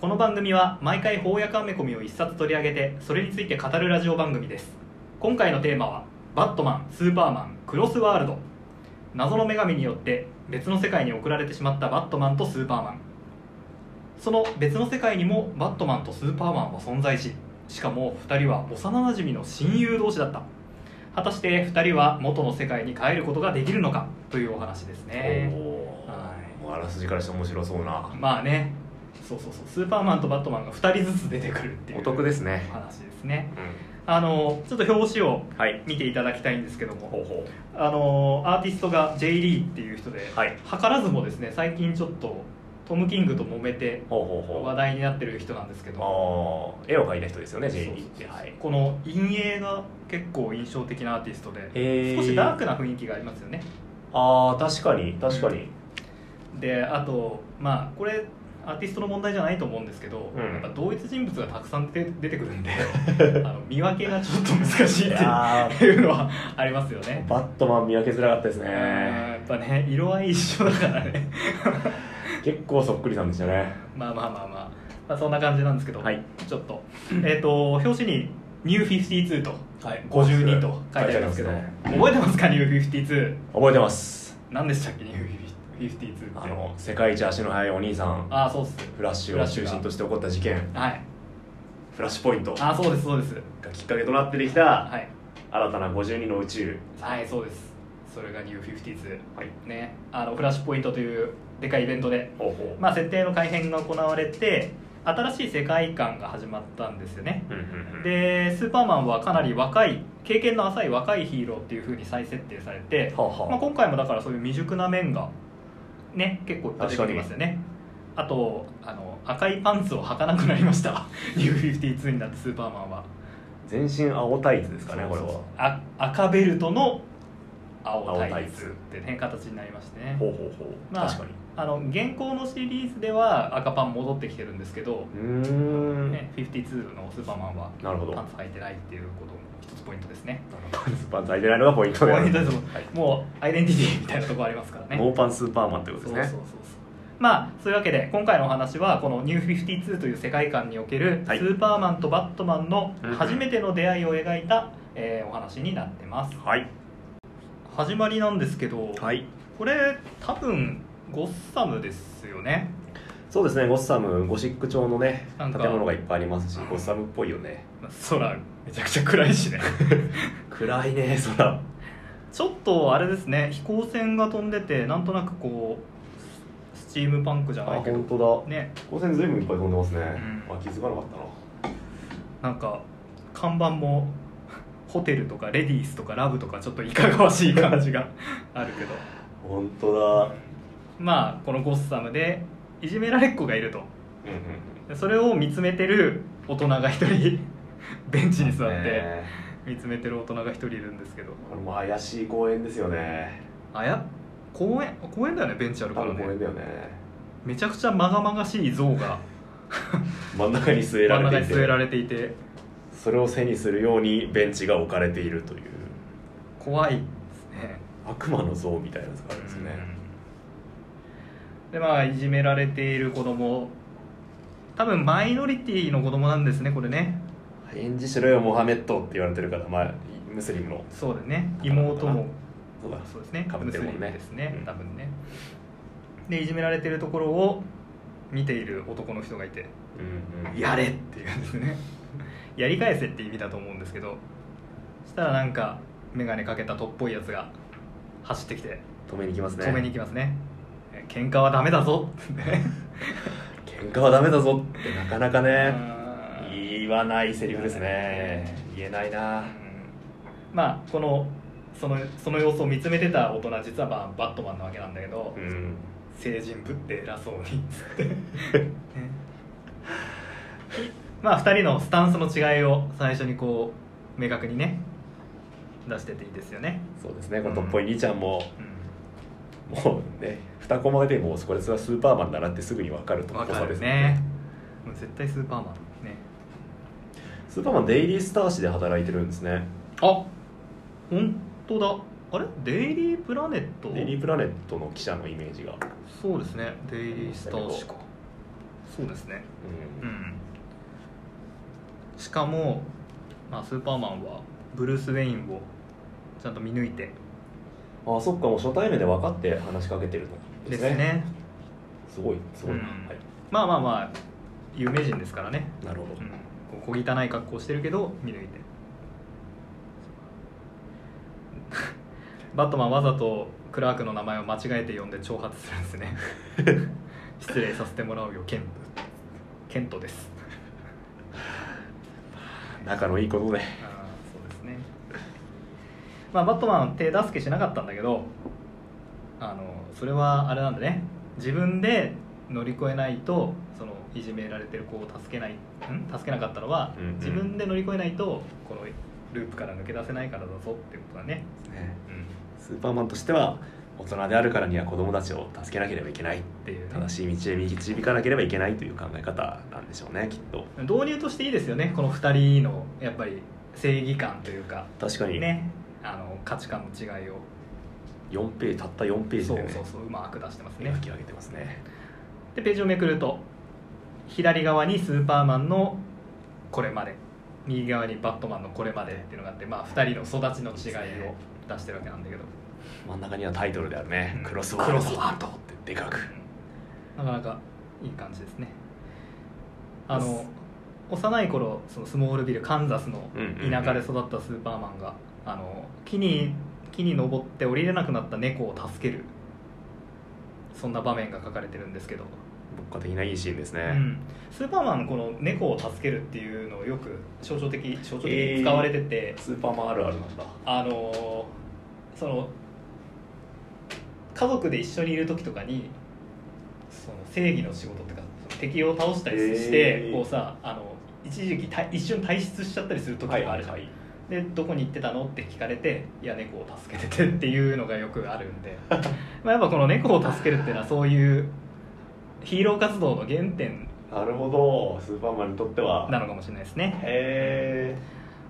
この番組は毎回翻訳アメコミを一冊取り上げてそれについて語るラジオ番組です今回のテーマは「バットマンスーパーマンクロスワールド」謎の女神によって別の世界に送られてしまったバットマンとスーパーマンその別の世界にもバットマンとスーパーマンは存在ししかも2人は幼なじみの親友同士だった果たして2人は元の世界に帰ることができるのかというお話ですねおーはいもうあらすじからして面白そうなまあねそうそうそうスーパーマンとバットマンが2人ずつ出てくるっていうお得ですねお、話ですねうあのちょっと表紙をん、はい見ていただきたいんですけどもほうほあのアーティストが J リーっていう人で、うはい図らずもですね最近ちょっとトム・キングと揉めてほうほうほ話う題になってる人なんですけどあー絵を描いた人ですよねそう J そうリーってはいこの陰影が結構印象的なアーティストでえ少しダークな雰囲気がありますよねあー確かに確かに、であとまあこれアーティストの問題じゃないと思うんですけど、うんやっぱ同一人物がたくさん出て出てくる んであの見分けがちょっと難しいいっていうやっていうのはありますよねー バットマン見分けづらかったですうんねやっぱね色合い一緒だからね 結構そっくりさんでしたねまあまあまあまあ、まあ、そんな感じなんですけど、はいちょっとえっ、と表紙に「ニュー52」と「はい52」と書いてありますけど書いてありますね覚えてますかニュー52覚えてます何でしたっけニュー52ってあの世界一足の速いお兄さんああそうっすフラッシュを中心として起こった事件はいフラッシュポイントがああそうですそうですきっかけとなってできたはい新たな52の宇宙はいそうですそれがニュー52はいねあのフラッシュポイントというでかいイベントでほうほう、まあ設定の改変が行われて新しい世界観が始まったんですよねうんうんうんでスーパーマンはかなり若い経験の浅い若いヒーローっていう風に再設定されて、はあはあまあ、今回もだからそういう未熟な面がね結構出てきてますよねあとあの赤いパンツを履かなくなりましたニュー52になってスーパーマンは全身青タイツですかねこれそうそうそうはあ赤ベルトの青青タタイイツツってね形になりましてねほうほうほう、まあ確かにあの現行のシリーズでは赤パン戻ってきてるんですけど、うーん、ね、52のスーパーマンはなるほどパンツ履いてないっていうことも一つポイントですねパンツパンツ履いてないのがポイントポでイントですもんはいもうアイデンティティみたいなとこありますからねノーパンスーパーマンってことですねそうそうそうそうまあそういうわけで今回のお話はこの「ニュー52」という世界観におけるスはいーパーマンとバットマンのうんうん初めての出会いを描いた、えーお話になってますはい始まりなんですけど、はいこれ多分ゴッサムですよねそうですねゴッサムゴシック調のねなん建か物がいっぱいありますしゴッサムっぽいよね空めちゃくちゃ暗いし ね暗いね空ちょっとあれですね飛行船が飛んでてなんとなくこうスチームパンクじゃあないけど本当だね光線ずいぶんいっぱい飛んでますね、うんあ気づかなかったななんか看板もホテルとかレディースとかラブとかちょっといかがわしい感じが あるけど本当だまあこのゴッサムでいじめられっ子がいるとうんうんでそれを見つめてる大人が一人ベンチに座ってね見つめてる大人が一人いるんですけどこれも怪しい公園ですよねあや公園公園だよねベンチあ多るから分公園ねだよねめちゃくちゃまがまがしい像が真ん中に据真えらん中れにてい据えてられていてそれを背にするようにベンチが置かれているという怖いですね悪魔の像みたいなやつがあるんですね、でまあいじめられている子供多分マイノリティの子供なんですねこれね演じしろよモハメッドって言われてるから、まあ、ムスリムのそうだね妹もそうだそうですね被ってるムスリもんねムですねうん多分ねでいじめられてるところを見ている男の人がいてう「んうんやれ!」って言うんですね やり返せって意味だと思うんですけどそしたらなんか眼鏡かけたとっぽいやつが走ってきて止めに行きますね止めに行きますね「え喧嘩はダメだぞ」ってね喧嘩はダメだぞってなかなかね うん言わないセリフですね言えないなまあこのそのその様子を見つめてた大人実はまあバットマンなわけなんだけど、うん成人ぶって偉そうにっつって、ねまあ2人のスタンスの違いを最初にこう明確にね出してていいですよね、そうですねこのトッポイ兄ちゃんもうもうね2コマでもうこれはスーパーマンだなってすぐに分かるとん、分かここでるすねもう絶対スーパーマンねスーパーマンデイリースター誌で働いてるんですねあ本当だあれデイリープラネットデイリープラネットの記者のイメージが、そうですねデイリースターしかそうですねうんうんしかも、まあ、スーパーマンはブルース・ウェインをちゃんと見抜いてあそっかもう初対面で分かって話しかけてるのですねすごいすごいな、うんはいまあまあまあ有名人ですからね、なるほど、うん、こう小汚い格好してるけど見抜いてバットマンわざとクラークの名前を間違えて呼んで挑発するんです ね失礼させてもらうよケンケントです仲のいいことあーでそうですね まあバットマン手助けしなかったんだけどあのそれはあれなんでね自分で乗り越えないとそのいじめられてる子を助けないん助けなかったのは、うんうん自分で乗り越えないとこのループから抜け出せないからだぞっていうことだね、ねうん、スーパーマンとしては大人であるからには子供たちを助けなければいけないっていうね、正しい道へ導かなければいけないという考え方なんでしょうねきっと導入としていいですよねこの2人のやっぱり正義感というか確かに、ねあの価値観の違いを4ページたった4ページそうでねそうそううまく出してますね描き上げてますねでページをめくると左側にスーパーマンのこれまで右側にバットマンのこれまでっていうのがあって、まあ、2人の育ちの違いを出してるわけなんだけど、真ん中にはタイトルであるね、うんクロスワールドクロスワールドってでかくうんなかなかいい感じですねあの幼い頃そのスモールビルカンザスの田舎で育ったスーパーマンが、あの木に木に登って降りれなくなった猫を助けるそんな場面が書かれてるんですけど牧歌的ないいシーンですね、うん、スーパーマンのこの猫を助けるっていうのをよく象徴的象徴的に使われてて、スーパーマンあるあるなんだあのーその家族で一緒にいる時とかにその正義の仕事っていうかその敵を倒したりして、えーこうさあの一時期た一瞬退出しちゃったりする時はいがあはるいじゃん、はいでどこに行ってたのって聞かれていや猫を助けててっていうのがよくある んでまあやっぱこの猫を助けるっていうのはそういうヒーロー活動の原点なるほどスーパーマンにとってはなのかもしれないですねへ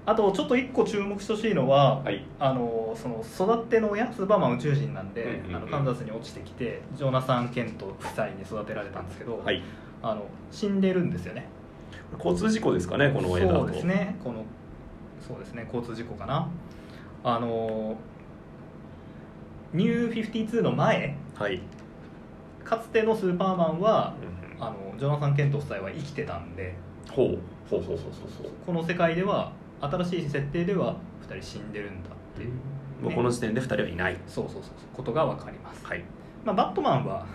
あとちょっと一個注目してほしいのは、えはいあのその育ての親スーパーマン宇宙人なんで、うんうんうんあのカンザスに落ちてきてジョナサン・ケント夫妻に育てられたんですけど、はいあの死んでるんですよね交通事故ですかねこの映画だとそうですねこのそうですね交通事故かなあのニュー52の前はい、かつてのスーパーマンはあのジョナサン・ケント夫妻は生きてたんでほうほうほうほうそうそうこの世界では新しい設定では2人死んでるんだっていうもうこの時点で2人はいない、そうそうそうそうことが分かります、はいまあ、バットマンは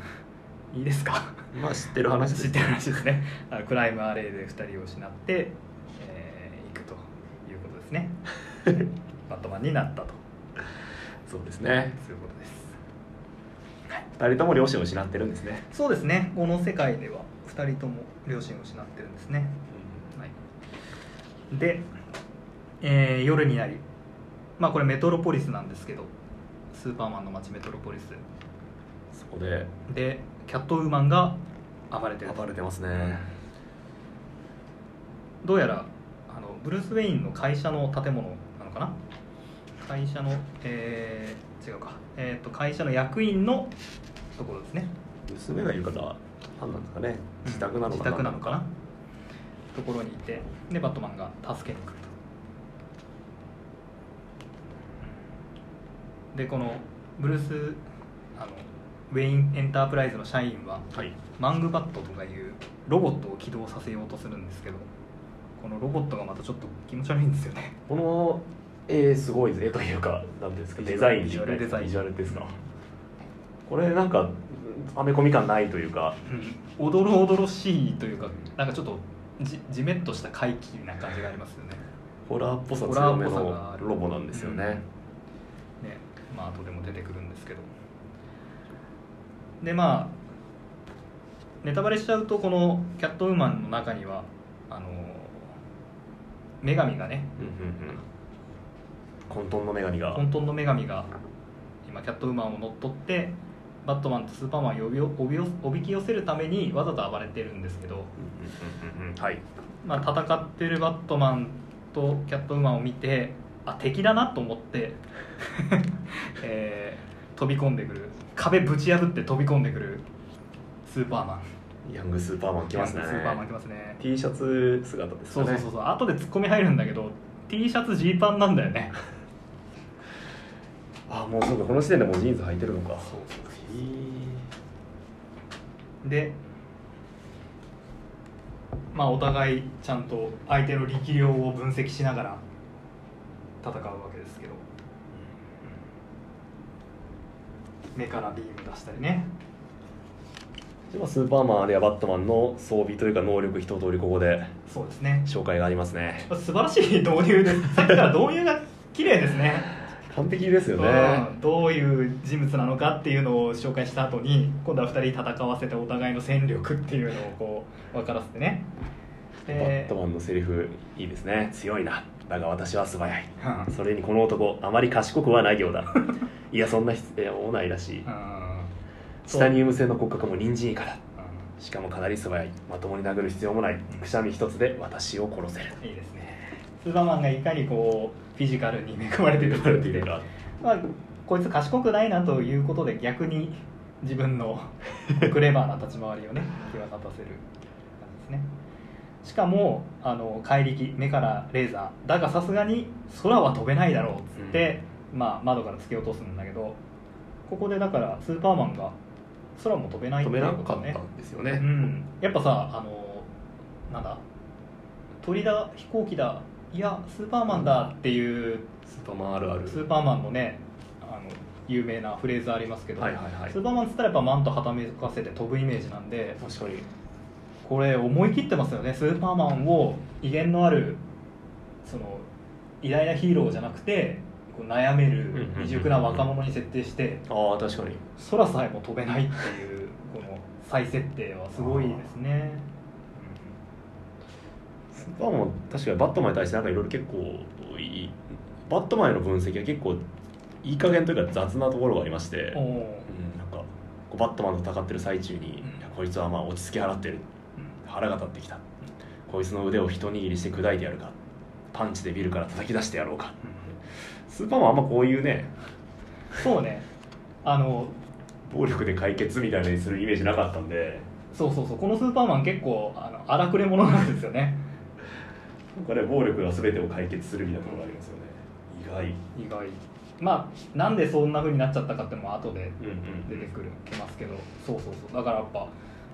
いいですか まあ知ってる話です知ってる話ですねあのクライムアレイで2人を失って、えー、行くということです ねバットマンになったとそうですねそういうことです2人とも両親を失ってるんですね、そうですねこの世界では2人とも両親を失ってるんですね、はい、で、えー夜になりまあこれメトロポリスなんですけどスーパーマンの街メトロポリスそこででキャットウーマンが暴れてると暴れてますねどうやらあのブルース・ウェインの会社の建物なのかな会社のえー、違うかえっ、と会社の役員のところですね娘がいる方は何なんですかね自宅なのかな自宅なのかなところにいてでバットマンが助けに来るとでこのブルースあのウェインエンタープライズの社員ははいマングバットとかいうロボットを起動させようとするんですけどこのロボットがまたちょっと気持ち悪いんですよねこの絵すごいぜというか何ていうんですかデザインビジュアルデザインビジュアルですかこれなんかアメコミ感ないというか うんおどろおどろしいというかなんかちょっとじじめっとした怪奇な感じがありますよねホラーっぽさホラ強ーっめぽさがあのるロボなんですよね、ねまあ後でも出てくるんですけどでまあネタバレしちゃうとこのキャットウーマンの中にはあの女神がねうんうんうん混沌の女神が混沌の女神が今キャットウーマンを乗っ取ってバットマンとスーパーマンを呼びよおびよおびき寄せるためにわざと暴れてるんですけど、うんうんうんうんはいまあ、戦ってるバットマンとキャットウーマンを見てあ敵だなと思って、 えー飛び込んでくる壁ぶち破って飛び込んでくるスーパーマンヤングスーパーマン来ますねスーパーマン来ますね T シャツ姿ですそかうねそうそうそう後でツッコミ入るんだけど T シャツジーパンなんだよねあもうそうかこの時点でもうジーンズ履いてるのかへでまあお互いちゃんと相手の力量を分析しながら戦うわけですけど目からビーム出したりねーではスーパーマンあるいはバットマンの装備というか能力一通りここでそうですね紹介がありますね素晴らしい導入ですさっきから導入が綺麗ですね完璧ですよねうんどういう人物なのかっていうのを紹介した後に今度は2人戦わせてお互いの戦力っていうのをこう分からせてねバでットマンのセリフいいですね強いなだが私は素早いうんそれにこの男あまり賢くはないよ うだいやそんな必要もないらしいうんチタニウム製の骨格も人参以下だうしかもかなり素早いまともに殴る必要もないくしゃみ一つで私を殺せるんいいですねスーパーマンがいかにこうフィジカルに恵まれてるかあっるて程いう度がまあこいつ賢くないなということで逆に自分 のクレバーな立ち回りをね際立たせる感じですねしかもあの怪力目からレーザーだがさすがに空は飛べないだろうっつって、まあ、窓から突き落とすんだけどここでだからスーパーマンが空も飛べない止っていめうなことかをったねんですようねん、やっぱさあのなんだ鳥だ飛行機だいやスーパーマンだっていうスーパーマンあるあるスーパーマンのねあの有名なフレーズありますけど、はいはいはいスーパーマンっつったらやっぱマントはためかせて飛ぶイメージなんで確かにこれ思い切ってますよねスーパーマンを威厳のあるその偉大なヒーローじゃなくてこう悩めうんうんうんるうん未熟な若者に設定してああ確かに空さえも飛べないっていうこの再設定はすごいですね。スーパーマン確かにバットマンに対してなんかいろいろ結構いいバットマンへの分析が結構いい加減というか雑なところがありましてうんおーうん、なんかこうバットマンと戦ってる最中に、うんいやこいつはまあ落ち着き払ってるうん腹が立ってきた、こいつの腕を一握りして砕いてやるかパンチでビルから叩き出してやろうかスーパーマンあんまこういうねそうねあの暴力で解決みたいなのにするイメージなかったんでそうそうそうこのスーパーマン結構あの荒くれ者なんですよねこれは暴力が全てを解決するみたいなところがありますよね 意外意外まあなんでそんな風になっちゃったかってのも後でうん出てくるきますけどそうそうそうだからやっぱ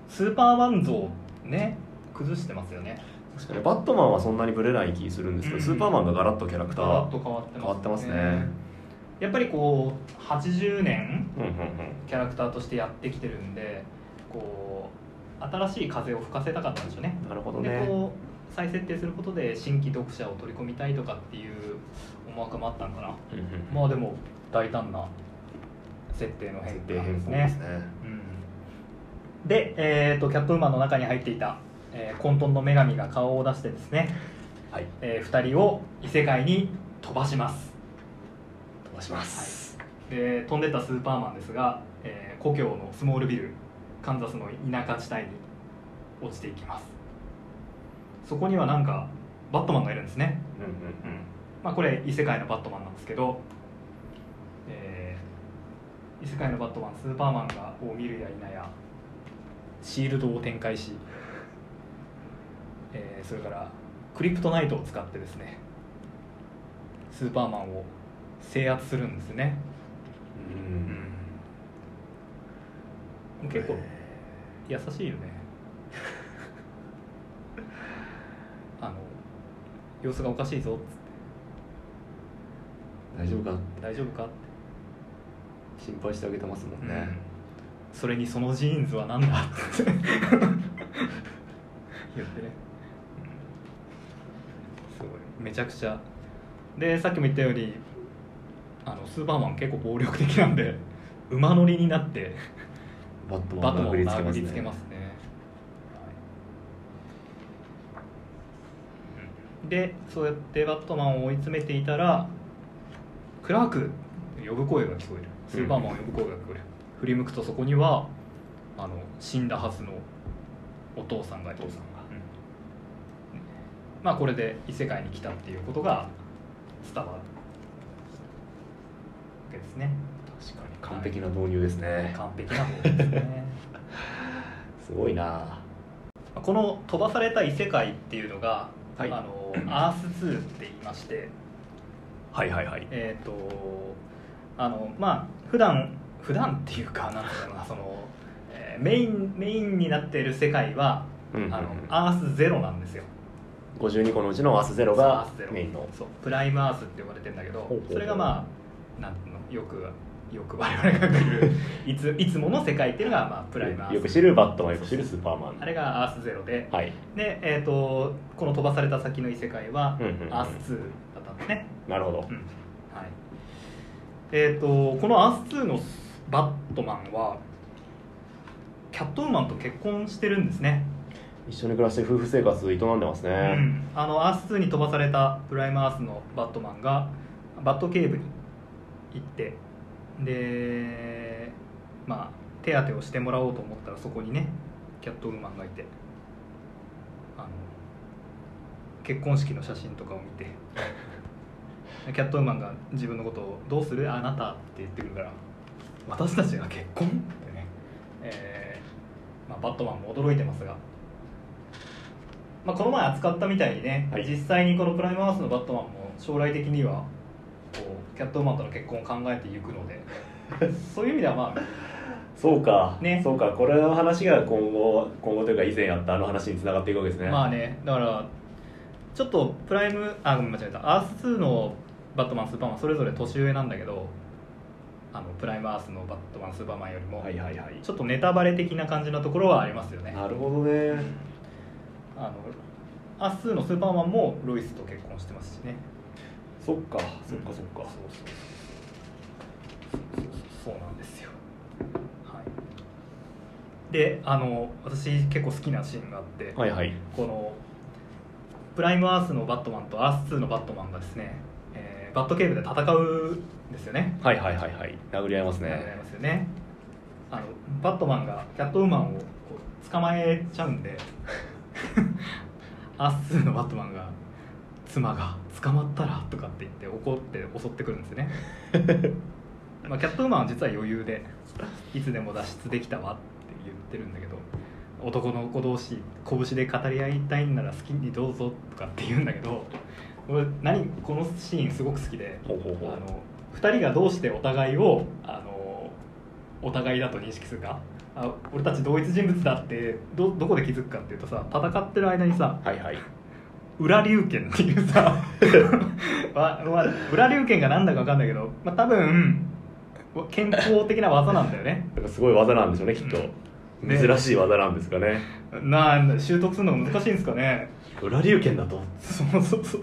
スーパーマン像ね崩してますよね確かにバットマンはそんなにブレない気するんですけど、うんスーパーマンがガラッとキャラクタガラーッと変わってます変わってますねやっぱりこう80年うんうんうんキャラクターとしてやってきてるんでこう新しい風を吹かせたかったんでしょうねなるほどでねこう再設定することで新規読者を取り込みたいとかっていう思惑もあったのかなうんうんうんまあでも大胆な設定の変設化定なん変です更ねですねうんで、えー、とキャットウーマンの中に入っていた、えー混沌の女神が顔を出してですね、はいえ2人を異世界に飛ばします飛ばします、で飛んでったスーパーマンですが、えー故郷のスモールビルカンザスの田舎地帯に落ちていきますそこにはなんかバットマンがいるんですねうんうんうんまあ、これ異世界のバットマンなんですけど、えー異世界のバットマンスーパーマンがを見るや否やシールドを展開し、えーそれからクリプトナイトを使ってですねスーパーマンを制圧するんですね、うん結構優しいよね あの様子がおかしいぞっつって大丈夫か大丈夫か心配してあげてますもんね、それにそのジーンズは何だ言ってねすごいめちゃくちゃでさっきも言ったようにあのスーパーマン結構暴力的なんで馬乗りになってバットマバットンマをンを殴殴りつけますりねつけますねはいでそうやってバットマンを追い詰めていたらクラーク呼ぶ声が聞こえるスーパーマンを呼ぶ声が聞こえる、振り向くとそこにはあの死んだはずのお父さんがいるお父さんがうんまあこれで異世界に来たっていうことが伝わけですね確かに完璧な導入ですね、完璧な方法ですねすごいなこの飛ばされた異世界っていうのが、はいあのアース2って言いましてはいはいはいえっ、とあのまあ普段普段っていうかなんていうのかなその、えーメインメインになっている世界はうんうあんのアースゼロなんですよ52個のうちのアースゼロアがースゼロメインのそうプライムアースって呼ばれてるんだけどほうほうほうそれがまあなんていうのよくよく我々が来るいついつもの世界っていうのが、まあ、プライムアースよく知るバットマンよく知るスーパーマンあれがアースゼロではい、で、えー、とこの飛ばされた先の異世界はうんうんうんアース2だったんですね、なるほどうんはいえー、とこのアース2のバットマンはキャットウーマンと結婚してるんですね、一緒に暮らして夫婦生活営んでますうね、ん、あのアース2に飛ばされたプライムアースのバットマンがバットケーブに行ってでまあ手当てをしてもらおうと思ったらそこにねキャットウーマンがいてあの結婚式の写真とかを見て キャットウーマンが自分のことを「どうするあなた」って言ってくるから「私たちが結婚?」ってね、えーまあ、バットマンも驚いてますが、まあ、この前扱ったみたいにね、はい実際にこのプライムハウスのバットマンも将来的にはこうキャットウーマンとの結婚を考えていく のでそういう意味ではまあそうか、ねそうかこれの話が今後今後というか以前やったあの話につながっていくわけですね、まあねだからちょっとプライムあごめん間違えたアース2のバットマンスーパーマンそれぞれ年上なんだけどあのプライムアースのバットマンスーパーマンよりも、はいはいはいちょっとネタバレ的な感じのところはありますよねなるほどねあのアース2のスーパーマンもロイスと結婚してますしねそっかそっかそそっうそうか、そうそうそうなんですよはいであの私結構好きなシーンがあって、はいはいこのプライムアースのバットマンとアース2のバットマンがですね、えーバットケーブで戦うんですよねはいはいはいはい殴り合いますなりねますよねあのバットマンがキャットウーマンをこう捕まえちゃうんで アース2のバットマンが妻が捕まったらとかって言って怒って襲ってくるんです よねまあキャットウーマンは実は余裕でいつでも脱出できたわって言ってるんだけど男の子同士拳で語り合いたいんなら好きにどうぞとかって言うんだけど俺何このシーンすごく好きでほうほうほあうの2人がどうしてお互いをあのお互いだと認識するかあ俺たち同一人物だってどどこで気づくかっていうとさ戦ってる間にさはいはい裏龍拳っていうさ わわ裏龍拳が何だか分かんないけど、まあ、多分わ健康的な技なんだよねなんかすごい技なんでしょうねきっと、うんね珍しい技なんですかねなん習得するのが難しいんですかね裏流拳だとそうそうそう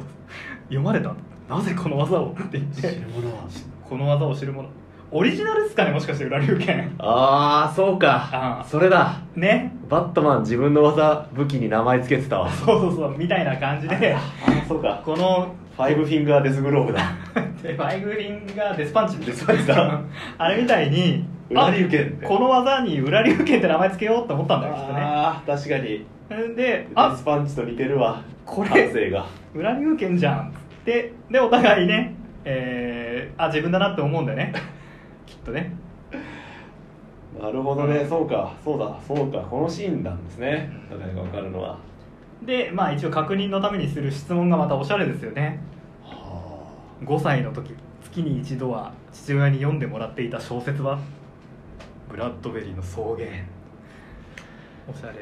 読まれたなぜこの技をって言って者はこの技を知る者オリジナルですかねもしかして裏龍拳ああそうあかーそれだねバットマン自分の技武器に名前つけてたわそうそうそうみたいな感じであそうかこのファイブフィンガーデスグローブだでファイグリンがデスパンチデスパンチ だあれみたいに裏流拳ってあこの技に裏流拳って名前つけようと思ったんだよきっとねああ確かにでアあスパンチと似てるわこれ感性が裏流拳じゃんっつってでお互いね、えーあ自分だなって思うんだよねきっとねなるほどね、うんそうかそうだそうかこのシーンなんですねうだんから分かるのはでまあ一応確認のためにする質問がまたおしゃれですよねは5歳の時月に一度は父親に読んでもらっていた小説はブラッドベリーの草原おしゃれあ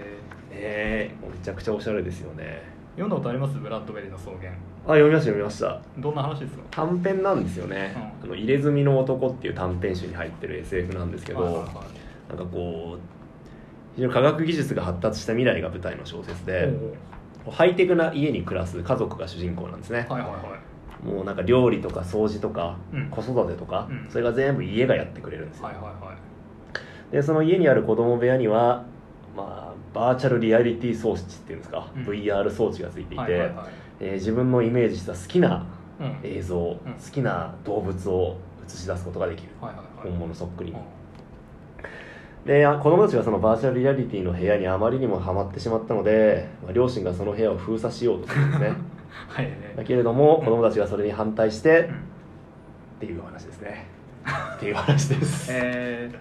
ええめちゃくちゃおしゃれですよね読んだことありますブラッドベリーの草原あ読みました読みましたどんな話ですか短編なんですよね「うんあの入れ墨の男」っていう短編集に入ってる SF なんですけど、はいはいはいなんかこう非常に科学技術が発達した未来が舞台の小説で、おうハイテクな家に暮らす家族が主人公なんですね、はいはいはいもうなんか料理とか掃除とか、うん子育てとか、うんそれが全部家がやってくれるんですよ、はいはいはいでその家にある子供部屋には、まあ、バーチャルリアリティ装置っていうんですか、うん VR 装置がついていて、はいはいはいえー自分のイメージした好きなうん映像、好きな動物を映し出すことができるはいはいはい本物そっくりに、うであ子供たちがそのバーチャルリアリティの部屋にあまりにもハマってしまったので、まあ、両親がその部屋を封鎖しようとするん ですねんはいはいはいだけれども子供たちがそれに反対してうん っていう話ですねっていう話です、えー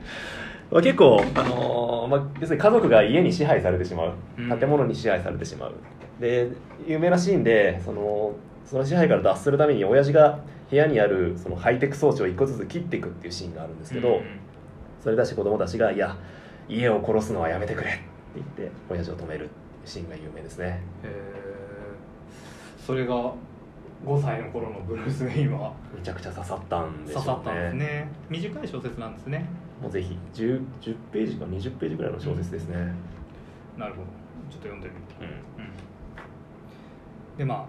まあ、結構、あのーまあ、要するに家族が家に支配されてしまううん建物に支配されてしまう、で有名なシーンでそのその支配から脱するために親父が部屋にあるそのハイテク装置を一個ずつ切っていくっていうシーンがあるんですけど、うんそれだし子供たちが「いや家を殺すのはやめてくれ」って言って親父を止めるシーンが有名ですねえーそれが5歳の頃のブルース・ウェインはめちゃくちゃ刺さったんでしょ刺うねさったんですね短い小説なんですねもうぜひ 10, 10ページか20ページぐらいの小説ですね、なるほどちょっと読んでみてうんうんでま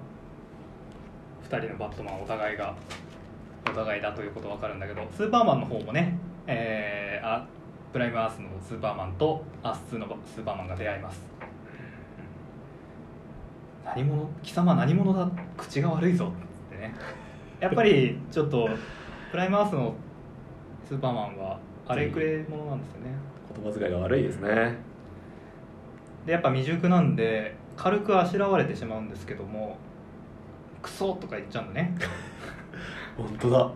あ2人のバットマンお互いがお互いだということわかるんだけどスーパーマンの方もね、えーあプライムアースのスーパーマンとアース2のスーパーマンが出会います何者貴様何者だ口が悪いぞってねやっぱりちょっとプライムアースのスーパーマン はあれくれ者なんですよね言葉遣いが悪いですねでやっぱ未熟なんで軽くあしらわれてしまうんですけどもクソとか言っちゃうんだね本当だ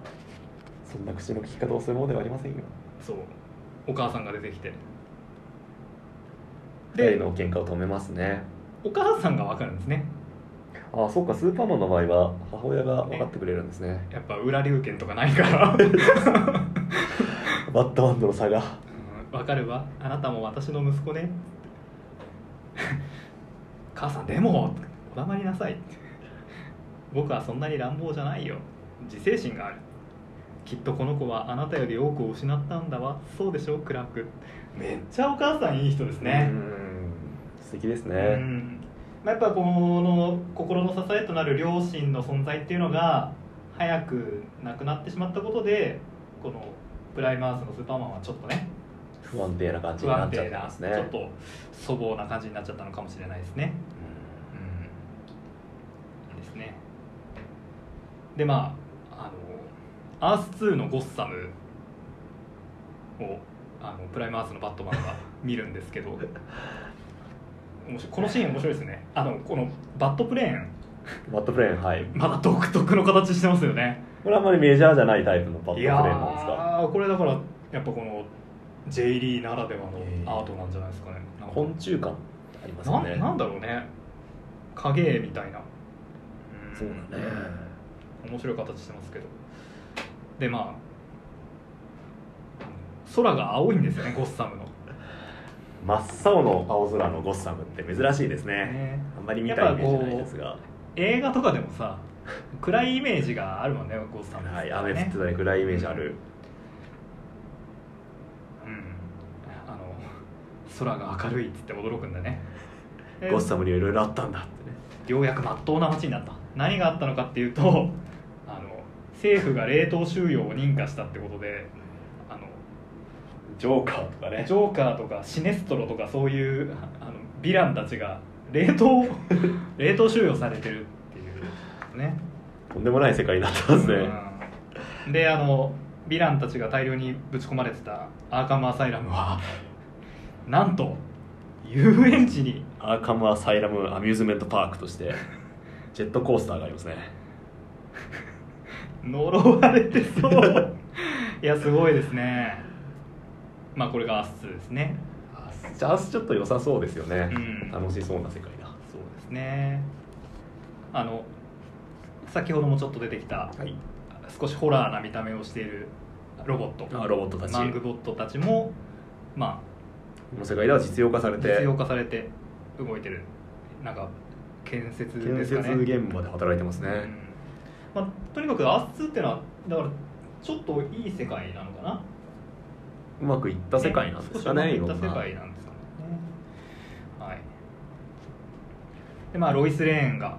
そんな口の利き方をするものではありませんよそうお母さんが出てきて2で人の喧嘩を止めますねお母さんが分かるんですねああそっかスーパーマンの場合は母親が分かってくれるんですねやっぱ裏流券とかないから、 バットマンとの差がうん、分かるわあなたも私の息子ね 母さんでもお黙りなさい僕はそんなに乱暴じゃないよ自制心があるきっとこの子はあなたより多くを失ったんだわそうでしょクラークめっちゃお母さんいい人ですねう、ん素敵ですうねんまあ、やっぱこの心の支えとなる両親の存在っていうのが早く亡くなってしまったことでこのプライマースのスーパーマンはちょっとね不安定な感じ不にな安っちゃっ定てな、ますねちょっと粗暴な感じになっちゃったのかもしれないですね。ですねでまああのアース2のゴッサムをあのプライムアースのバットマン が見るんですけど面白いこのシーン面白いですねあのこのバットプレーンうんバットプレーンはいまだ独特の形してますよねこれあんまりメジャーじゃないタイプのバットいプレやーンなんですかーこれだからやっぱこの J リーならではのアートなんじゃないですかねなんか昆虫感ありますよなねなんだろうね影絵みたいなそうだね面白い形してますけどでまあ空が青いんですよねゴッサムの、真っ青の青空のゴッサムって珍しいですねね、あんまり見たイメージないですが映画とかでもさ暗いイメージがあるもんねゴッサムっつっはたいら雨降っねてたり暗いイメージあるうんあの空が明るいっつって驚くんだねでゴッサムにはいろいろあったんだってねようやく真っ当な街になった何があったのかっていうとあの政府が冷凍収容を認可したってことであのジョーカーとかねジョーカーとかシネストロとかそういうあのヴィランたちが冷凍冷凍収容されてるっていうねとんでもない世界になったんですね、うんであのヴィランたちが大量にぶち込まれてたアーカム・アサイラムはなんと遊園地にアーカムアサイラムアミューズメントパークと してジェットコースターがありますね呪われてそういやすごいですねまあこれがアスですねじゃあちょっと良さそうですよね、うん楽しそうな世界だそうですねあの先ほどもちょっと出てきたはい少しホラーな見た目をしているロボットあロボットたちマングボットたちもまこの世界では実用化さあれて実用化されて動いてるなんか建設で建す設かね現場で働いてますね、うんまあ、とにかくアスっていうのはだからちょっといい世界なのかなうまくいった世界なんですかねねいろん少なしうまくいった世界なんですかねはいでまあロイス・レーンが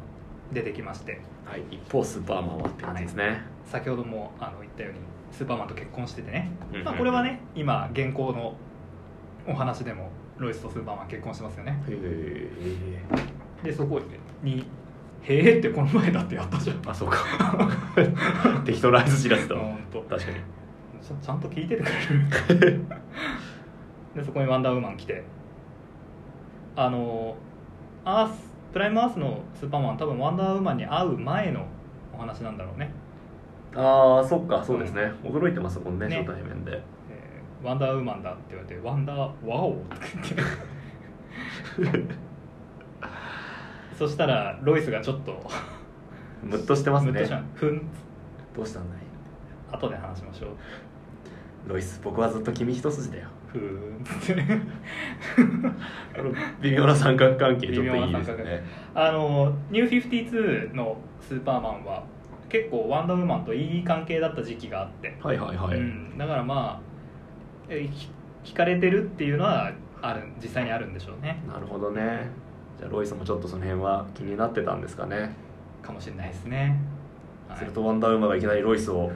出てきましてはい、一方スーパーマンはって感じですね、先ほどもあの言ったようにスーパーマンと結婚しててねうんうん、まあ、これはね今現行のお話でもロイスとスーパーマン結婚してますよねへでそこに「へえ」ってこの前だってやったじゃんえあそうか 適当な合図知らせだほんと確かにちゃちゃんと聞いててくれるでそこにワンダーウーマン来てあのアースプライムアースのスーパーマン多分ワンダーウーマンに会う前のお話なんだろうねああそっかそうですね、驚いてますもんねね初対面でえーワンダーウーマンだって言われて「ワンダーワオ」 って言ってそしたらロイスがちょっとムッとしてますムッねとしたのふんどうしたんだい後で話しましょうロイス僕はずっと君一筋だよふーんって この微妙な三角関係ちょっといい微妙でなす三角ねあのニュー52のスーパーマンは結構ワンダーウーマンといい関係だった時期があって、はいはいはい、うん、だからまあえひ惹かれてるっていうのはある実際にあるんでしょうねなるほどねじゃあロイスもちょっとその辺は気になってたんですかね、かもしれないですね、はい、 するとワンダーウーマンがいきなりロイスを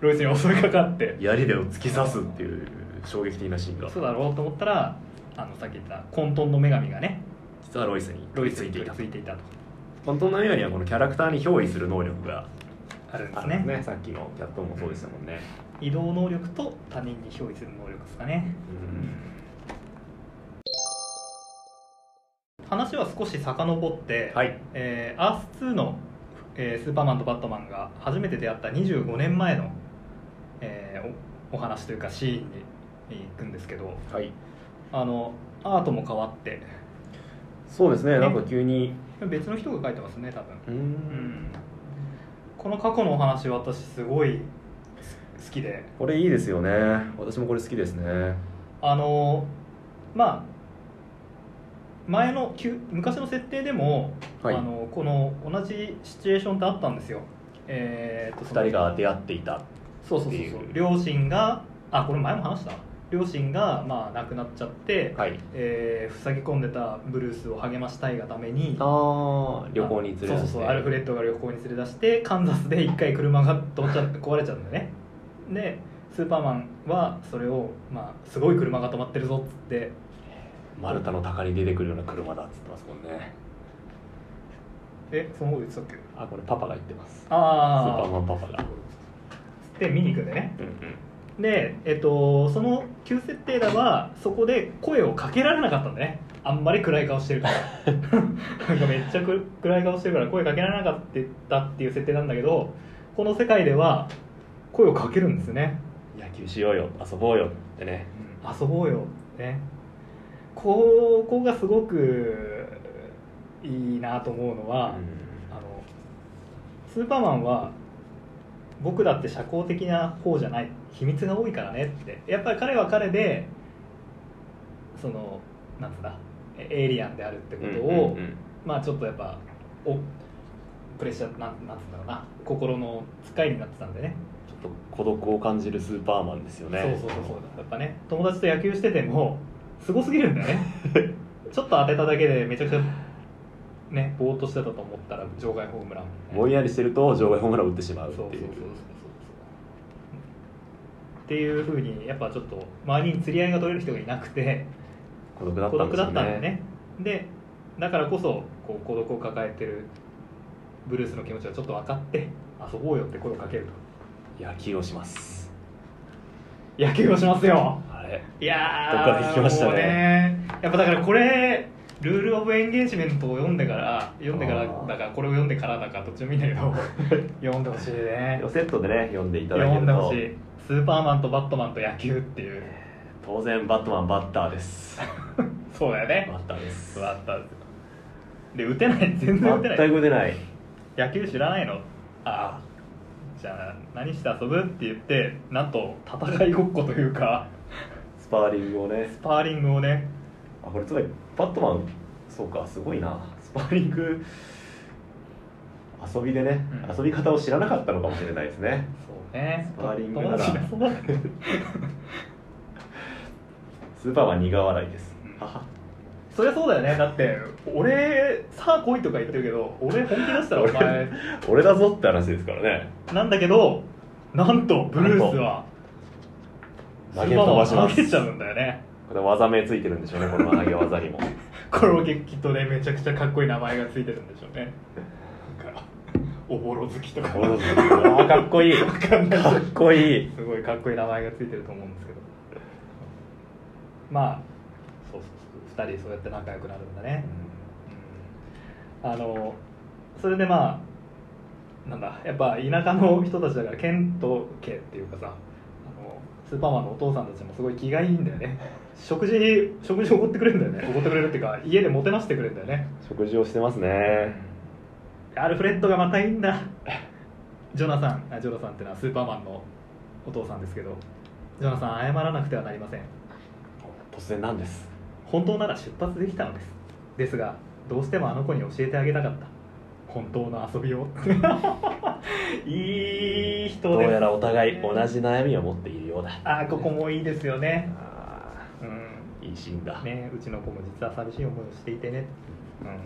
ロイスに襲いかかって槍で突き刺すっていう衝撃的なシーンがそうだろうと思ったらあのさっき言った混沌の女神がね実はロイスにロイスにつ取いていりた付いていたと本当のようにはこのキャラクターに憑依する能力があるんであするんでねすねさっきのキャットもそうでしたもんね、移動能力と他人に憑依する能力ですかね、うん話は少し遡って、はいえーアース2の、えースーパーマンとバットマンが初めて出会った25年前の、えーおお話というかシーンに行くんですけどはいあのアートも変わってそうですねねなんか急に別の人が書いてますね多分ううんこの過去のお話私すごい好きでこれいいですよね私もこれ好きですねあのまあ前の旧昔の設定でも、はいあのこの同じシチュエーションってあったんですよえー、とその2人が出会っていたそうそうそうってそいうう両親があこれ前も話した両親がまあ亡くなっちゃって、はいえー、塞ぎ込んでたブルースを励ましたいがためにああ旅行に連れ出してそうそうそうアルフレッドが旅行に連れ出してカンザスで一回車が飛んじゃって壊れちゃうんだよねでスーパーマンはそれを、まあ、すごい車が止まってるぞっつってマルタの鷹に出てくるような車だっつってますもんねえそのこと言ってたっけあこれパパが言ってますスーあパあーマンパパがで見に行くんでねうんでえっとその旧設定だはそこで声をかけられなかったんだねあんまり暗い顔してるから なんかめっちゃく暗い顔してるから声かけられなかったっていう設定なんだけどこの世界では声をかけるんですよねうん野球しようよ遊ぼうよってね遊ぼうよねここがすごくいいなと思うのは、あのスーパーマンは僕だって社交的な方じゃない秘密が多いからねってやっぱり彼は彼でそのなんつうんだエイリアンであるってことを、うんうんうんまあちょっとやっぱおプレッシャーなんなんつうんだろうな心の使いになってたんでねちょっと孤独を感じるスーパーマンですよねそうそうそうそうやっぱね友達と野球しててもすごすぎるんだよ ねちょっと当てただけでめちゃくちゃねぼーっとしてたと思ったら場外ホームラン、ね、ぼんやりしてると場外ホームラン打ってしまうっていうっていうふうにやっぱちょっと周りに釣り合いが取れる人がいなくて孤独だった孤ん独ですだよったんねだよねでだからこそこう孤独を抱えてるブルースの気持ちをちょっと分かって遊ぼうよって声をかける野球をしますと野球をしますよあれいやどーっから引きましたねもうやっぱだからこれルール・オブ・エンゲージメントを読んでから読んでからあーだからこれを読んでからだかどっちも見ないけど読んでほしいねセットで ね読んでいただけ読んるでほとしいスーパーマンとバットマンと野球っていう当然バットマンバッターですそうだよバねッターですバッターで打てない 全然打てない全く出ない野球知らないのああじゃあ何して遊ぶって言ってなんと戦いごっこというかスパーリングをねスパーリングをねあこれつまりバットマンそうかすごいなスパーリング遊びでね、うん遊び方を知らなかったのかもしれないですねそうねスパーリングな友ら達がそうだねスーパーは苦笑いです、うんははそりゃそうだよねだって俺さあ来いとか言ってるけど俺本気出したらお前俺だぞって話ですからねなんだけどなんとブルースはス投ーげパー飛マンばをしま投すげちゃうんだよねこれ技名ついてるんでしょうねこの投げ技 にもこれもきっとねめちゃくちゃかっこいい名前がついてるんでしょうねなんかおぼろ好きとかおろずにあーかっこいいわかんないかっこいいすごいかっこいい名前がついてると思うんですけどまあそうそうそう2人そうやって仲良くなるんだね、うんあのそれでまあなんだやっぱ田舎の人たちだからケント家っていうかさあのスーパーマンのお父さんたちもすごい気がいいんだよね食事食事をおごってくれるんだよねおごってくれるっていうか家でもてなしてくれるんだよね食事をしてますねアルフレッドがまたいいんだジョナサンあジョナサンってのはスーパーマンのお父さんですけどジョナサン謝らなくてはなりません突然なんです本当なら出発できたのですですがどうしてもあの子に教えてあげたかった本当の遊び をいい人です、ね、どうやらお互い同じ悩みを持っているようだあーここもいいですよねあうんーいいシーンだ、ねうちの子も実は寂しい思いをしていてねうん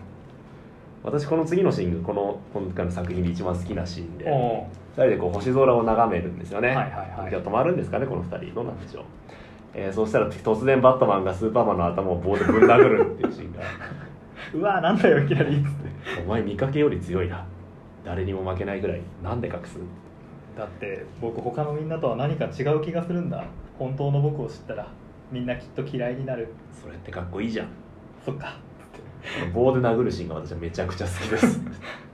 私この次のシーンがこの今回の作品で一番好きなシーンで2お人でこう星空を眺めるんですよね、はいはいじゃはあ止まるんですかねこの2人どうなんでしょう、えーそうしたら突然バットマンがスーパーマンの頭を棒でぶん殴るっていうシーンがいうわーなんだよいきなりお前見かけより強いな誰にも負けないぐらいなんで隠すだって僕他のみんなとは何か違う気がするんだ本当の僕を知ったらみんなきっと嫌いになるそれってかっこいいじゃんそっか棒で殴るシーンが私はめちゃくちゃ好きです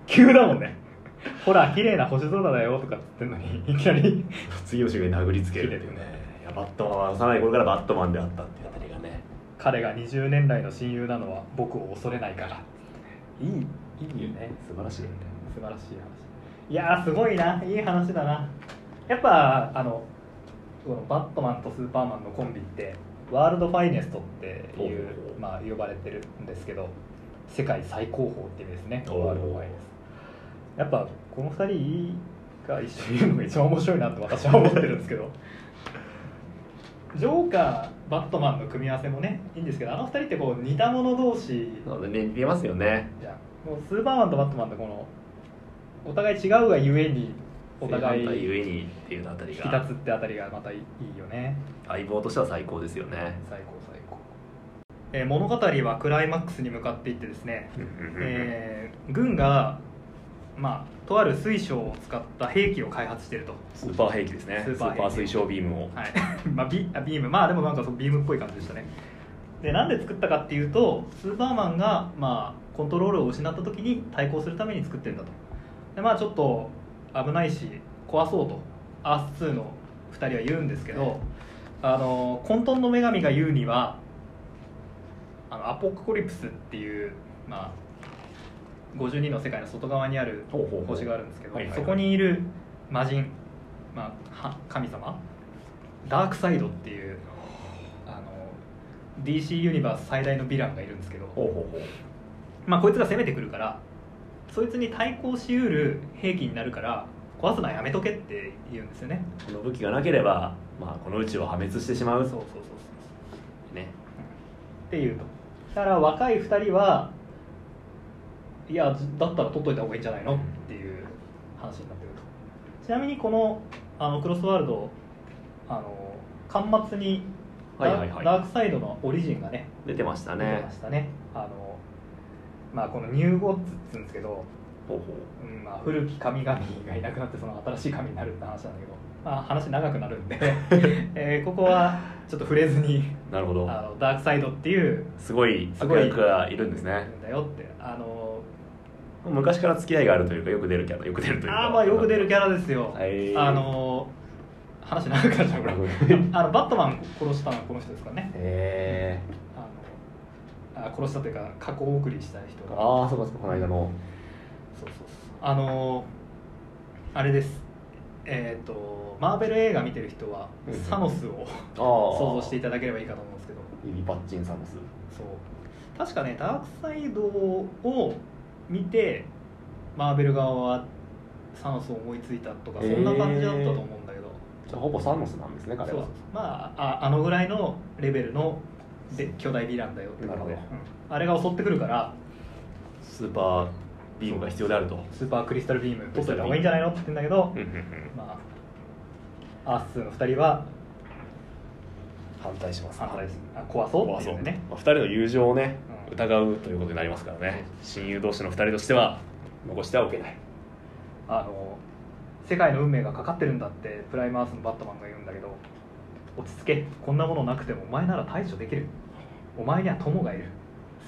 急だもんねほら綺麗な星空だよとかって言ってんのにいきなり次の瞬間に殴りつけるっていうねいやバットマンは幼い頃からバットマンであったっていうあたりがね彼が20年来の親友なのは僕を恐れないからいいいいよね素晴らしい素晴らしい話いやーすごいないい話だなやっぱあのこのバットマンとスーパーマンのコンビってワールドファイネストっていうお、うまあ、呼ばれてるんですけど世界最高峰って意味ですねおうワールドファイネスやっぱこの2人が一緒にいるのが一番面白いなって私は思ってるんですけどジョーカーバットマンの組み合わせもねいいんですけどあの2人ってこう似た者同士そうだね似てますよねじゃあもうスーパーマンとバットマンってこのお互い違うがゆえにお互い正反対引ゆえにっていうあたりきが立つってあたりがまたいいよね相棒としては最高ですよね最高最高、えー物語はクライマックスに向かっていってですね、えー軍がまあとある水晶を使った兵器を開発しているとスーパー兵器ですねススーーパパー兵器ー推奨ビームをはい まあ、ビあビームまあでもなんかそのビームっぽい感じでしたねでなんで作ったかっていうとスーパーマンが、まあ、コントロールを失った時に対抗するために作ってるんだとでまあちょっと危ないし壊そうとアース2の2人は言うんですけどあの混沌の女神が言うにはあのアポコリプスっていう、まあ、52の世界の外側にあるほうほうほう星があるんですけど、はいはいはいそこにいる魔人、まあ、は神様ダークサイドっていうあの DC ユニバース最大のヴィランがいるんですけど、ほうほうほうまあ、こいつが攻めてくるからそいつに対抗しうる兵器になるから壊すのはやめとけって言うんですよねこの武器がなければ、まあ、この宇宙を破滅してしまそううそうそうそうねっていうとだから若い2人はいやだったら取っといた方がいいんじゃないのっていう話になってるとちなみにこのあのクロスワールドあの巻末にダ,、はいはいはいダークサイドのオリジンがね出てました出てねましたねあのまあこのニューゴッツっつうんですけど、ほうほうんまあ、古き神々がいなくなってその新しい神になるって話なんだけど、まあ、話長くなるんで、 えーここはちょっと触れずにうなるほどあのダークサイドっていうすごいす悪ごい役がいるんですねだよってあの昔から付き合いがあるというかよく出るキャラよく出るというかあーまあよく出るキャラですよ、はいあの話長くなっちゃうこれあのバットマン殺したのはこの人ですからね へえあのあ殺したというか過去送りした人がああそうかそうかこの間のそうそうそうあのあれですえっ、とマーベル映画見てる人はうんサノスをああ想像していたただければいいかと思うんですけど指パッチンサムスそう確かねダークサイドを見てマーベル側はサノスを思いついたとかそんな感じだったと思うんだけど、じゃあほぼサムスなんですね彼はそうそうまあああのぐらいのレベルので巨大ヴィランだよってことで、なるほうんあれが襲ってくるからスーパービームが必要であるとスーパークリスタルビーム取っといた方がいいんじゃないのって言ってんだけど、まあ、アースの2人は反対します反対ですあ壊そうまっあてそいううねねまあ、2人の友情をね、うん疑うということになりますからね親友同士の2人としては残してはおけないあの世界の運命がかかってるんだってプライマースのバットマンが言うんだけど落ち着けこんなものなくてもお前なら対処できるお前には友がいる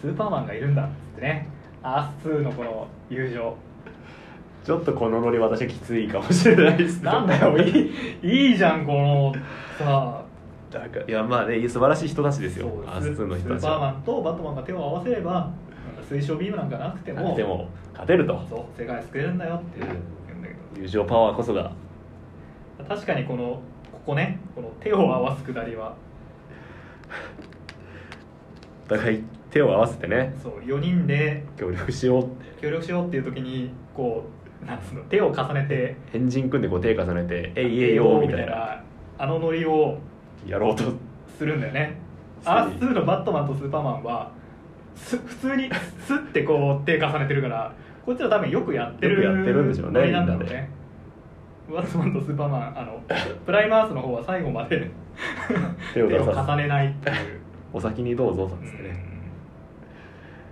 スーパーマンがいるんだっつってねアース2のこの友情ジちょっとこのノリ私はきついかもしれないですなんだよいいいいじゃんこのさだからいやまあね素晴らしい人たちですよアスススツのー人たちパーマはンとバットマンが手を合わせればなんか推奨ビームなんかなくてなもくても勝てるとそう世界救えるんだよっていううん言うんだけど友情パワーこそが確かにこのここねこの手を合わすくだりはお互い手を合わせてねそう4人で協力しようって協力しようっていう時にこうなんつうの手を重ねて変人組んでこう手重ねて「えいえいよ」みたいなあのノリをやろうとするんだよねするアース2のバットマンとスーパーマンはす普通 にスッてこう手重ねてるからこっちは多分よくやってるよくやってるんでしょうねノリなんだろうみんなねバットマンとスーパーマンあのプライマースの方は最後まで手手をを出さ重ずねないっていうお先にどうぞなんですうねん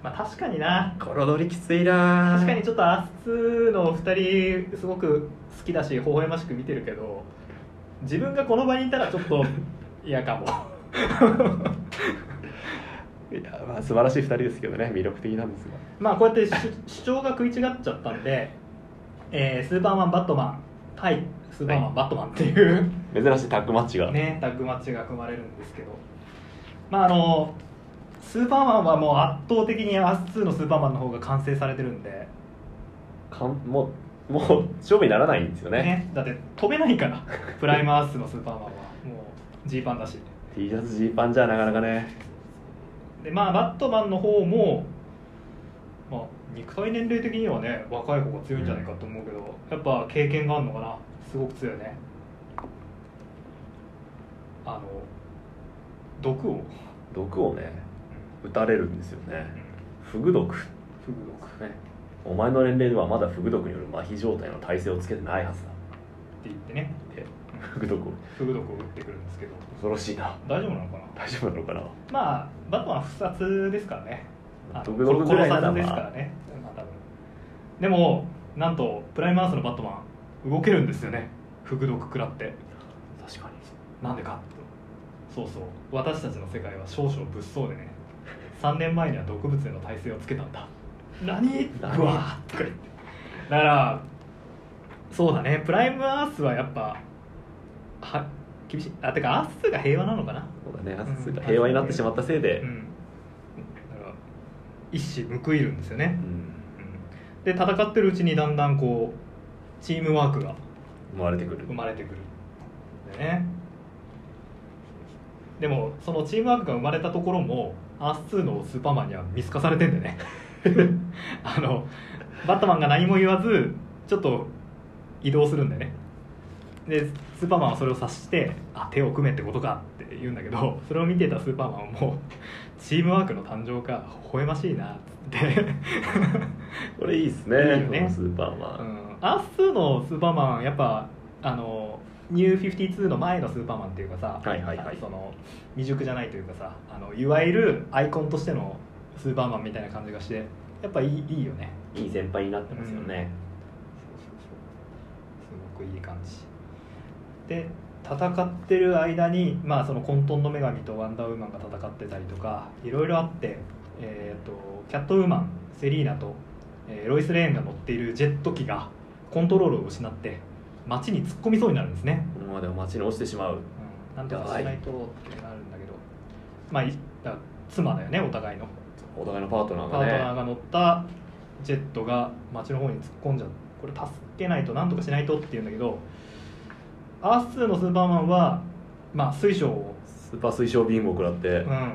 まあ確かになこのノリきついな確かにちょっとアース2の2人すごく好きだし微笑ましく見てるけど自分がこの場にいたらちょっと嫌かもいやまあ素晴らしい2人ですけどね魅力的なんですがまあこうやって主主張が食い違っちゃったんで、えースーパーマンバットマン対スーパーマン、はいバットマンっていう珍しいタッグマッチが、ねタッグマッチが組まれるんですけどまああのスーパーマンはもう圧倒的にアース2のスーパーマンの方が完成されてるんでかんもうもう勝負にならないんですよねねだって飛べないからプライムアースのスーパーマンはもうジーパンだし T シャツジーパンじゃなかなかねでまあバットマンの方も、まあ、肉体年齢的にはね若い方が強いんじゃないかと思うけど、やっぱ経験があるのかなすごく強いねあの毒を、うん毒をね打たれるんですよねフグ毒フグ毒ってねお前の年齢ではまだフグ毒による麻痺状態の耐性をつけてないはずだ言ってねってフグ毒フグ毒を打ってくるんですけど恐ろしいな大丈夫なのかな大丈夫なのかなまあバットマンは不殺ですからねあの毒毒ぐらいなら殺殺さずですからね、まあ、多分でもなんとプライムアースのバットマン動けるんですよね服毒食らって確かになんでかそうそう私たちの世界は少々物騒でね3年前には毒物への耐性をつけたんだ何何うわーとか言ってだからそうだねプライムアースはやっぱは厳しいあてかアースが平和なのかなそうだねんそうか平和になってしまったせいで、うん、だから一矢報いるんですよねう、んうんで戦ってるうちにだんだんこうチームワークが生まれてくる生まれてくるんでねでもそのチームワークが生まれたところもアース2のスーパーマンには見透かされてんでね あのバットマンが何も言わずちょっと移動するんでねでスーパーマンはそれを察してあ手を組めってことかって言うんだけどそれを見てたスーパーマンはもうチームワークの誕生か微笑ましいなっつってこれいいですねいいよねこのスーパーマうン、んアース2のスーパーマンやっぱあのニュー52の前のスーパーマンっていうかさ、はいはいはいその未熟じゃないというかさあのいわゆるアイコンとしてのスーパーマンみたいな感じがしてやっぱいいいいよねいい先輩になってますよね、すごくいい感じで戦ってる間に、まあ、その混沌の女神とワンダーウーマンが戦ってたりとかいろいろあって、えー、とキャットウーマンセリーナと、えーロイス・レーンが乗っているジェット機がコントロールを失って街に突っ込みそうになるんですね、このままでは街に落ちてしまううん、なんとかしないとってなるんだけどまあいだから妻だよねお互いのお互いのパートナーパーがトねナーが乗ったジェットが街の方に突っ込んじゃうこれ助けないとなんとかしないとって言うんだけどアース2のスーパーマンはまあ水晶を、スーパー推奨ビームを食らって、うん、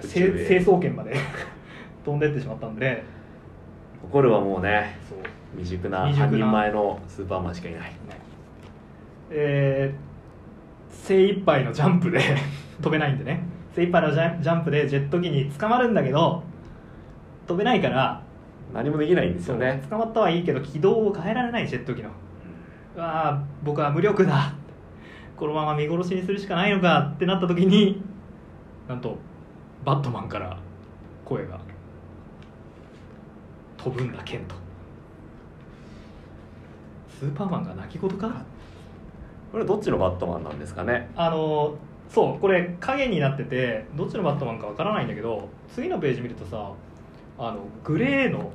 宇成宙へ成層圏まで 飛んでってしまったんでここではもうねそう、未熟な未熟な半人前のスーパーマンしかいないねえー精一杯のジャンプで 飛べないんでね精一杯のジャンジャンプでジェット機に捕まるんだけど飛べないから何もできないんですそようね捕まったはいいけど軌道を変えられないジェット機のうわあ僕は無力だこのまま見殺しにするしかないのかってなった時になんとバットマンから声が「飛ぶんだケント」スーパーマンが泣き言かこれどっちのバットマンなんですかねあのそうこれ影になっててどっちのバットマンかわからないんだけど次のページ見るとさあのグレーの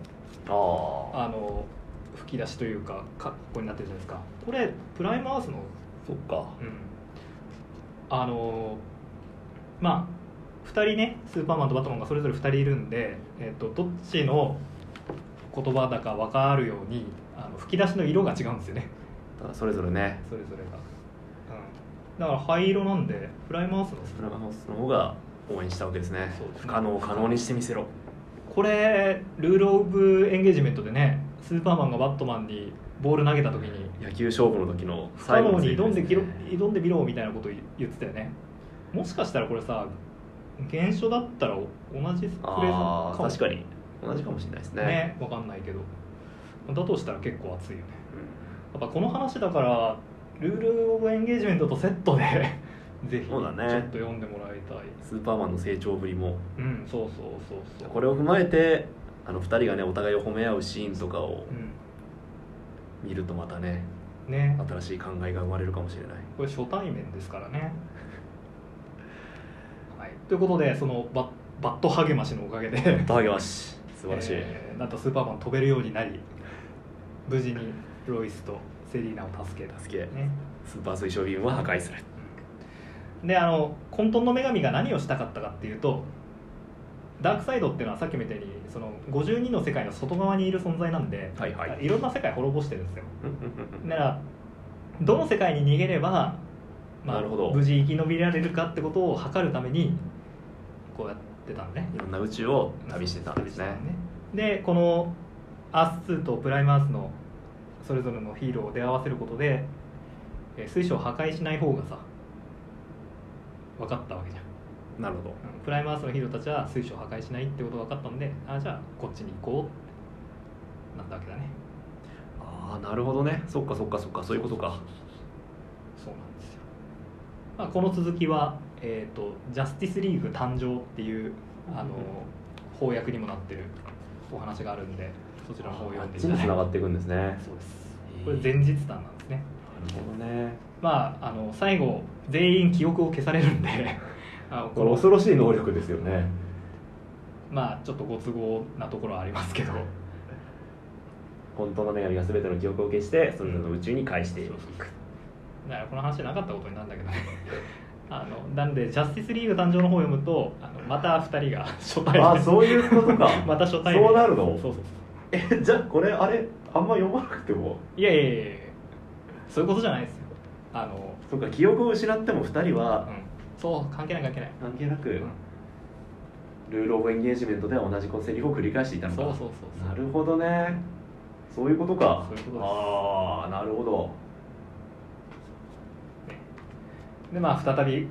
あああの吹き出しというか格好になってるじゃないですかこれプライムアースの、そっかうん、あのまあ2人ねスーパーマンとバットマンがそれぞれ2人いるんで、えっとどっちの言葉だか分かるようにあの吹き出しの色が違うんですよねだからそれぞれねそれぞれが、うん、だから灰色なんでプライムアースのプラマホスの方が応援したわけですねそうですね不可能を可能にしてみせろこれルール・オブ・エンゲージメントでねスーパーマンがバットマンにボール投げた時に野球勝負の時の不可能のに挑んでセリきフろすね挑んでみろみたいなこと言ってたよねもしかしたらこれさ原書だったらお同じフレーズああも確かに同じかもしれないですねねわかんないけどだとしたら結構熱いよねうやっぱこの話だからルール・オブ・エンゲージメントとセットで ぜひちそょうっだとね読んでもらいたいんスーパーマンの成長ぶりもうんそうそうそうそうこれを踏まえてあの2人がねお互いを褒め合うシーンとかをう見るとまたねんね新しい考えが生まれるかもしれないこれ初対面ですから ね。はい、ということでそのバッバット励ましのおかげでバーゲワシ素晴らしい、えーなんとスーパーマン飛べるようになり無事にロイスとセリーナを助けた、助けね、スーパー水晶ビームは破壊するであの混沌の女神が何をしたかったかっていうとダークサイドっていうのはさっきみたいにその52の世界の外側にいる存在なんで、はいはいいろんな世界滅ぼしてるんですようんうんならどの世界に逃げれば、なるほど無事生き延びられるかってことを測るためにこうやってたのねうんいろんな宇宙を旅してたんですねでこのアース2とプライムアースのそれぞれのヒーローを出会わせることでえー水晶を破壊しない方がさ分かったわけじゃんなるほどうんプライムアースのヒーローたちは水晶を破壊しないってことが分かったんであじゃあこっちに行こうなったわけだねああなるほどねそっかそっかそっかそういうことかそうなんですよ、まあ、この続きは、えーと「ジャスティスリーグ誕生」っていうあの翻訳にもなってるお話があるんでそちらの方をあ読んでっいたちにだい繋てがっていくんですねそうですへーこれ前日談なんですねなるほどねまああの最後全員記憶を消されるんで あのここれの恐ろしい能力ですよねまあちょっとご都合なところはありますけど本当の女神が全ての記憶を消してそれぞれの宇宙に返していくだからこの話なかったことになるんだけどね あのなんで「ジャスティスリーグ誕生」の方を読むとあのまた2人が初対面ああそういうことか また初対面そうなるのそうそうそうえじゃあこれあれあんま読まなくてもいやいやいやいやそういうことじゃないですよあの、そっか記憶を失っても2人うはん、そう関係ない関係ない、関係なく、うんルール・オブ・エンゲージメントでは同じこうセリフを繰り返していたのかそうそうそうそうなるほどねそういうことかそういうことですああなるほどでまあ再び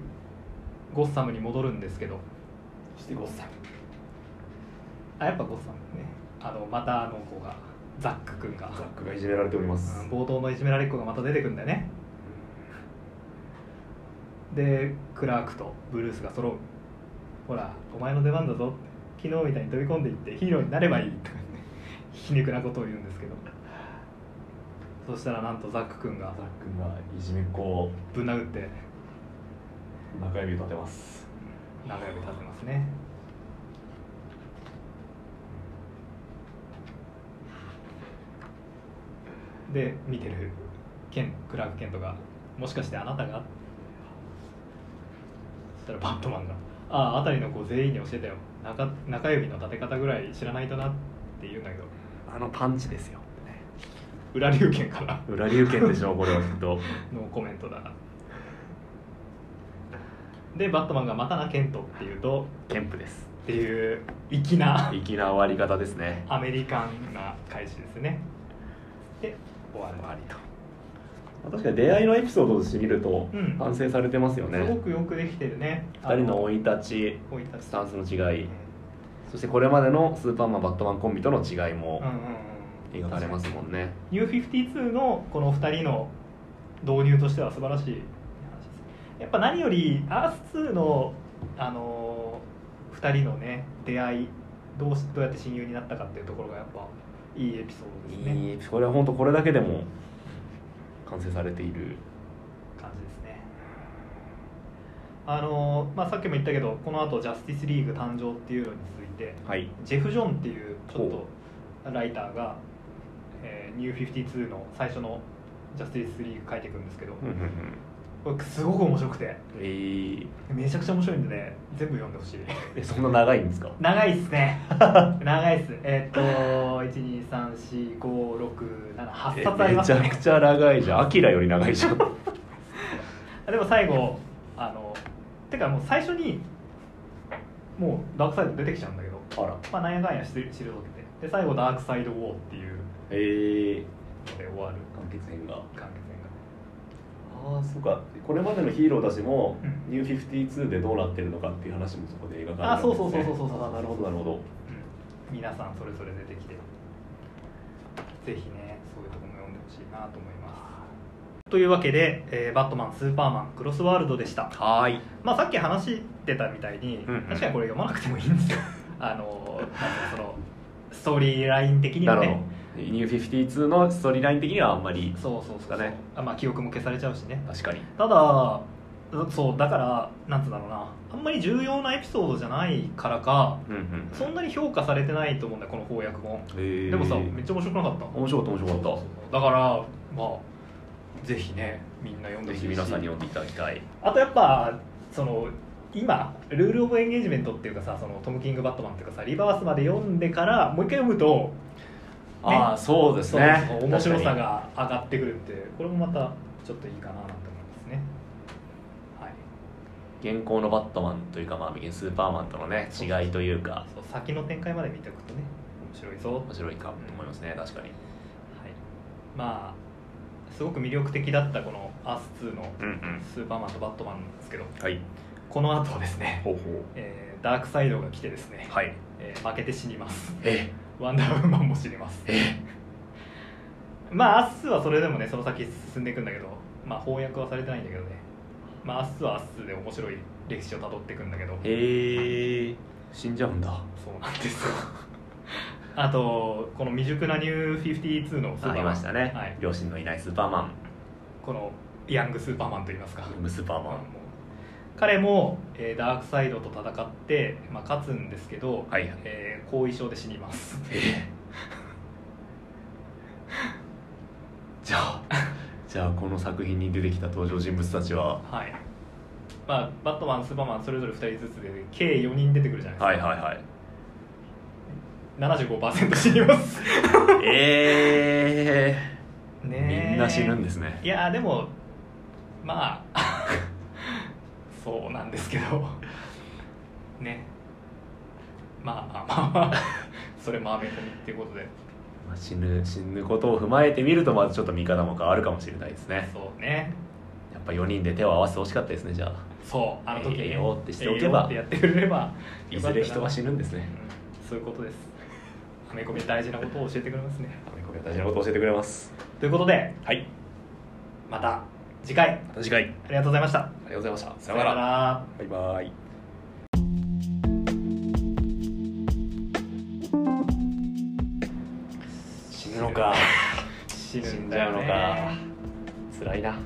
ゴッサムに戻るんですけどそしてゴッサムあやっぱゴッサムねあのまたあの子がザック君が、ザックがいじめられております、うん冒頭のいじめられっ子がまた出てくんだよねでクラークとブルースが揃うほらお前の出番だぞ昨日みたいに飛び込んでいってヒーローになればいいとかね皮肉なことを言うんですけどそしたらなんとザック君がザックがいじめっ子をぶん殴って中指を立てます長指立てますねで見てるケンクラーク・ケントが「もしかしてあなたが?」そしたらバットマンが「あああたりの子全員に教えたよ中中指の立て方ぐらい知らないとな」って言うんだけどあのパンチですよ裏流拳 から裏流拳でしょこれはきっと のコメントだなでバットマンが「またなケント」って言うとケンプですっていう粋な粋な終わり方ですねアメリカンな開始ですねで終わる終わりと確かに出会いのエピソードとして見るとうん反省されてますよね、すごくよくできてるね2人の生い立生い立ちちスタンスの違いうんそしてこれまでのスーパーマンバットマンコンビとの違いもうんうんうん描かれますもんね、ニュー52のこの2人の導入としては素晴らしい話ですやっぱ何よりアース2の、あのー、2人のね出会いどうしどうやって親友になったかっていうところがやっぱいいエピソードですねいいこれは本当これだけでも完成されている感じですねあのまあ、さっきも言ったけどこのあと「ジャスティスリーグ誕生」っていうのに続いてはいジェフ・ジョンっていうちょっほとライターが、えー、ニュー52の最初のジャスティスリーグ書いていくんですけど、うんうんこれすごく面白くてうんえーめちゃくちゃ面白いんでね全部読んでほ しいえそんな長いんですか長いっす ね長いっすえーっと1234567え冊ありますめちねゃくちゃ長いじゃんアキラより長いじゃんでも最後あのてかもう最初にもうダークサイド出てきちゃうんだけどあらまあなんやかんやして退けてで最後ダークサイドウォーっていうえー、ので終わる完結編が完結編がああそうかこれまでのヒーローたちも、うニュー52でどうなってるのかっていう話もそこで映画化あそうそうそうそうそうそうあーなるほどなるほどうん、皆さんそれぞれ出てきてぜひねそういうとこも読んでほしいなと思いますというわけで、えーバットマンスーパーマンクロスワールド」でした、はーいまあ、さっき話してたみたいに、うんうん確かにこれ読まなくてもいいんですよあのなんかそのストーリーライン的になもるほねどニュー52のストーリーライン的にはあんまりそうそうそうそう、だねあまあ記憶も消されちゃうしね確かにただそうだからなんつうんだろうなあんまり重要なエピソードじゃないからかうんうんそんなに評価されてないと思うんだよこの翻訳本えーでもさめっちゃ面白くなかった面白かった面白かっだからまあぜひねみんな読んたでぜほしいひし皆さんに読んでいただきたいあとやっぱその今ルール・オブ・エンゲージメントっていうかさそのトム・キング・バットマンっていうかさリバースまで読んでからもう一回読むとああそうですねそうそう面白さ確かが上がってくるってこれもまたちょっといいかなと思いますねはいに現行のバットマンというかまあスーパーマンとのね違いというかそう先の展開まで見ておくとね面白いぞ面白いかと思いますね確かにはい、まあすごく魅力的だったこの「アース2」のうんうんスーパーマンとバットマンなんですけどはいこの後ですね、ほうほうえーダークサイドが来てですね、はいえー負けて死にますえワンダーウーマンも死にますえまあアース2はそれでもねその先進んでいくんだけどまあ翻訳はされてないんだけどねまあアース2はアース2で面白い歴史をたどっていくんだけどへえ死んじゃうんだそうなんですよあとこの未熟なニュー52のスーパーマンありましたね、はい両親のいないスーパーマンこのヤングスーパーマンといいますかヤングスーパーマンもう彼も、えーダークサイドと戦って、まあ、勝つんですけど、はいえー後遺症で死にますえ じゃあじゃあこの作品に出てきた登場人物たちははいまあバットマンスーパーマンそれぞれ2人ずつで計4人出てくるじゃなはいいではいはいすか、75%死にますえね えみんな死ぬんでですねいやーでもまあそうなんですけどねまあまあまあそれもアメコミっていうことでまあ死ぬ死ぬことを踏まえてみるとまずちょっと見方も変わるかもしれないですねそうねやっぱ4人で手を合わせてほしかったですねじゃあそうあの時にええよってしておけばええよってやってくれればいずれ人は死ぬんですうねんそういうことですアメコミ大事なことを教えてくれますねこれこれ大事なことを教えてくれますということではいまた次回また次回ありありがとうございましたがとうございましたさようなららバイバイ死ぬのか死死んじゃうのか辛いな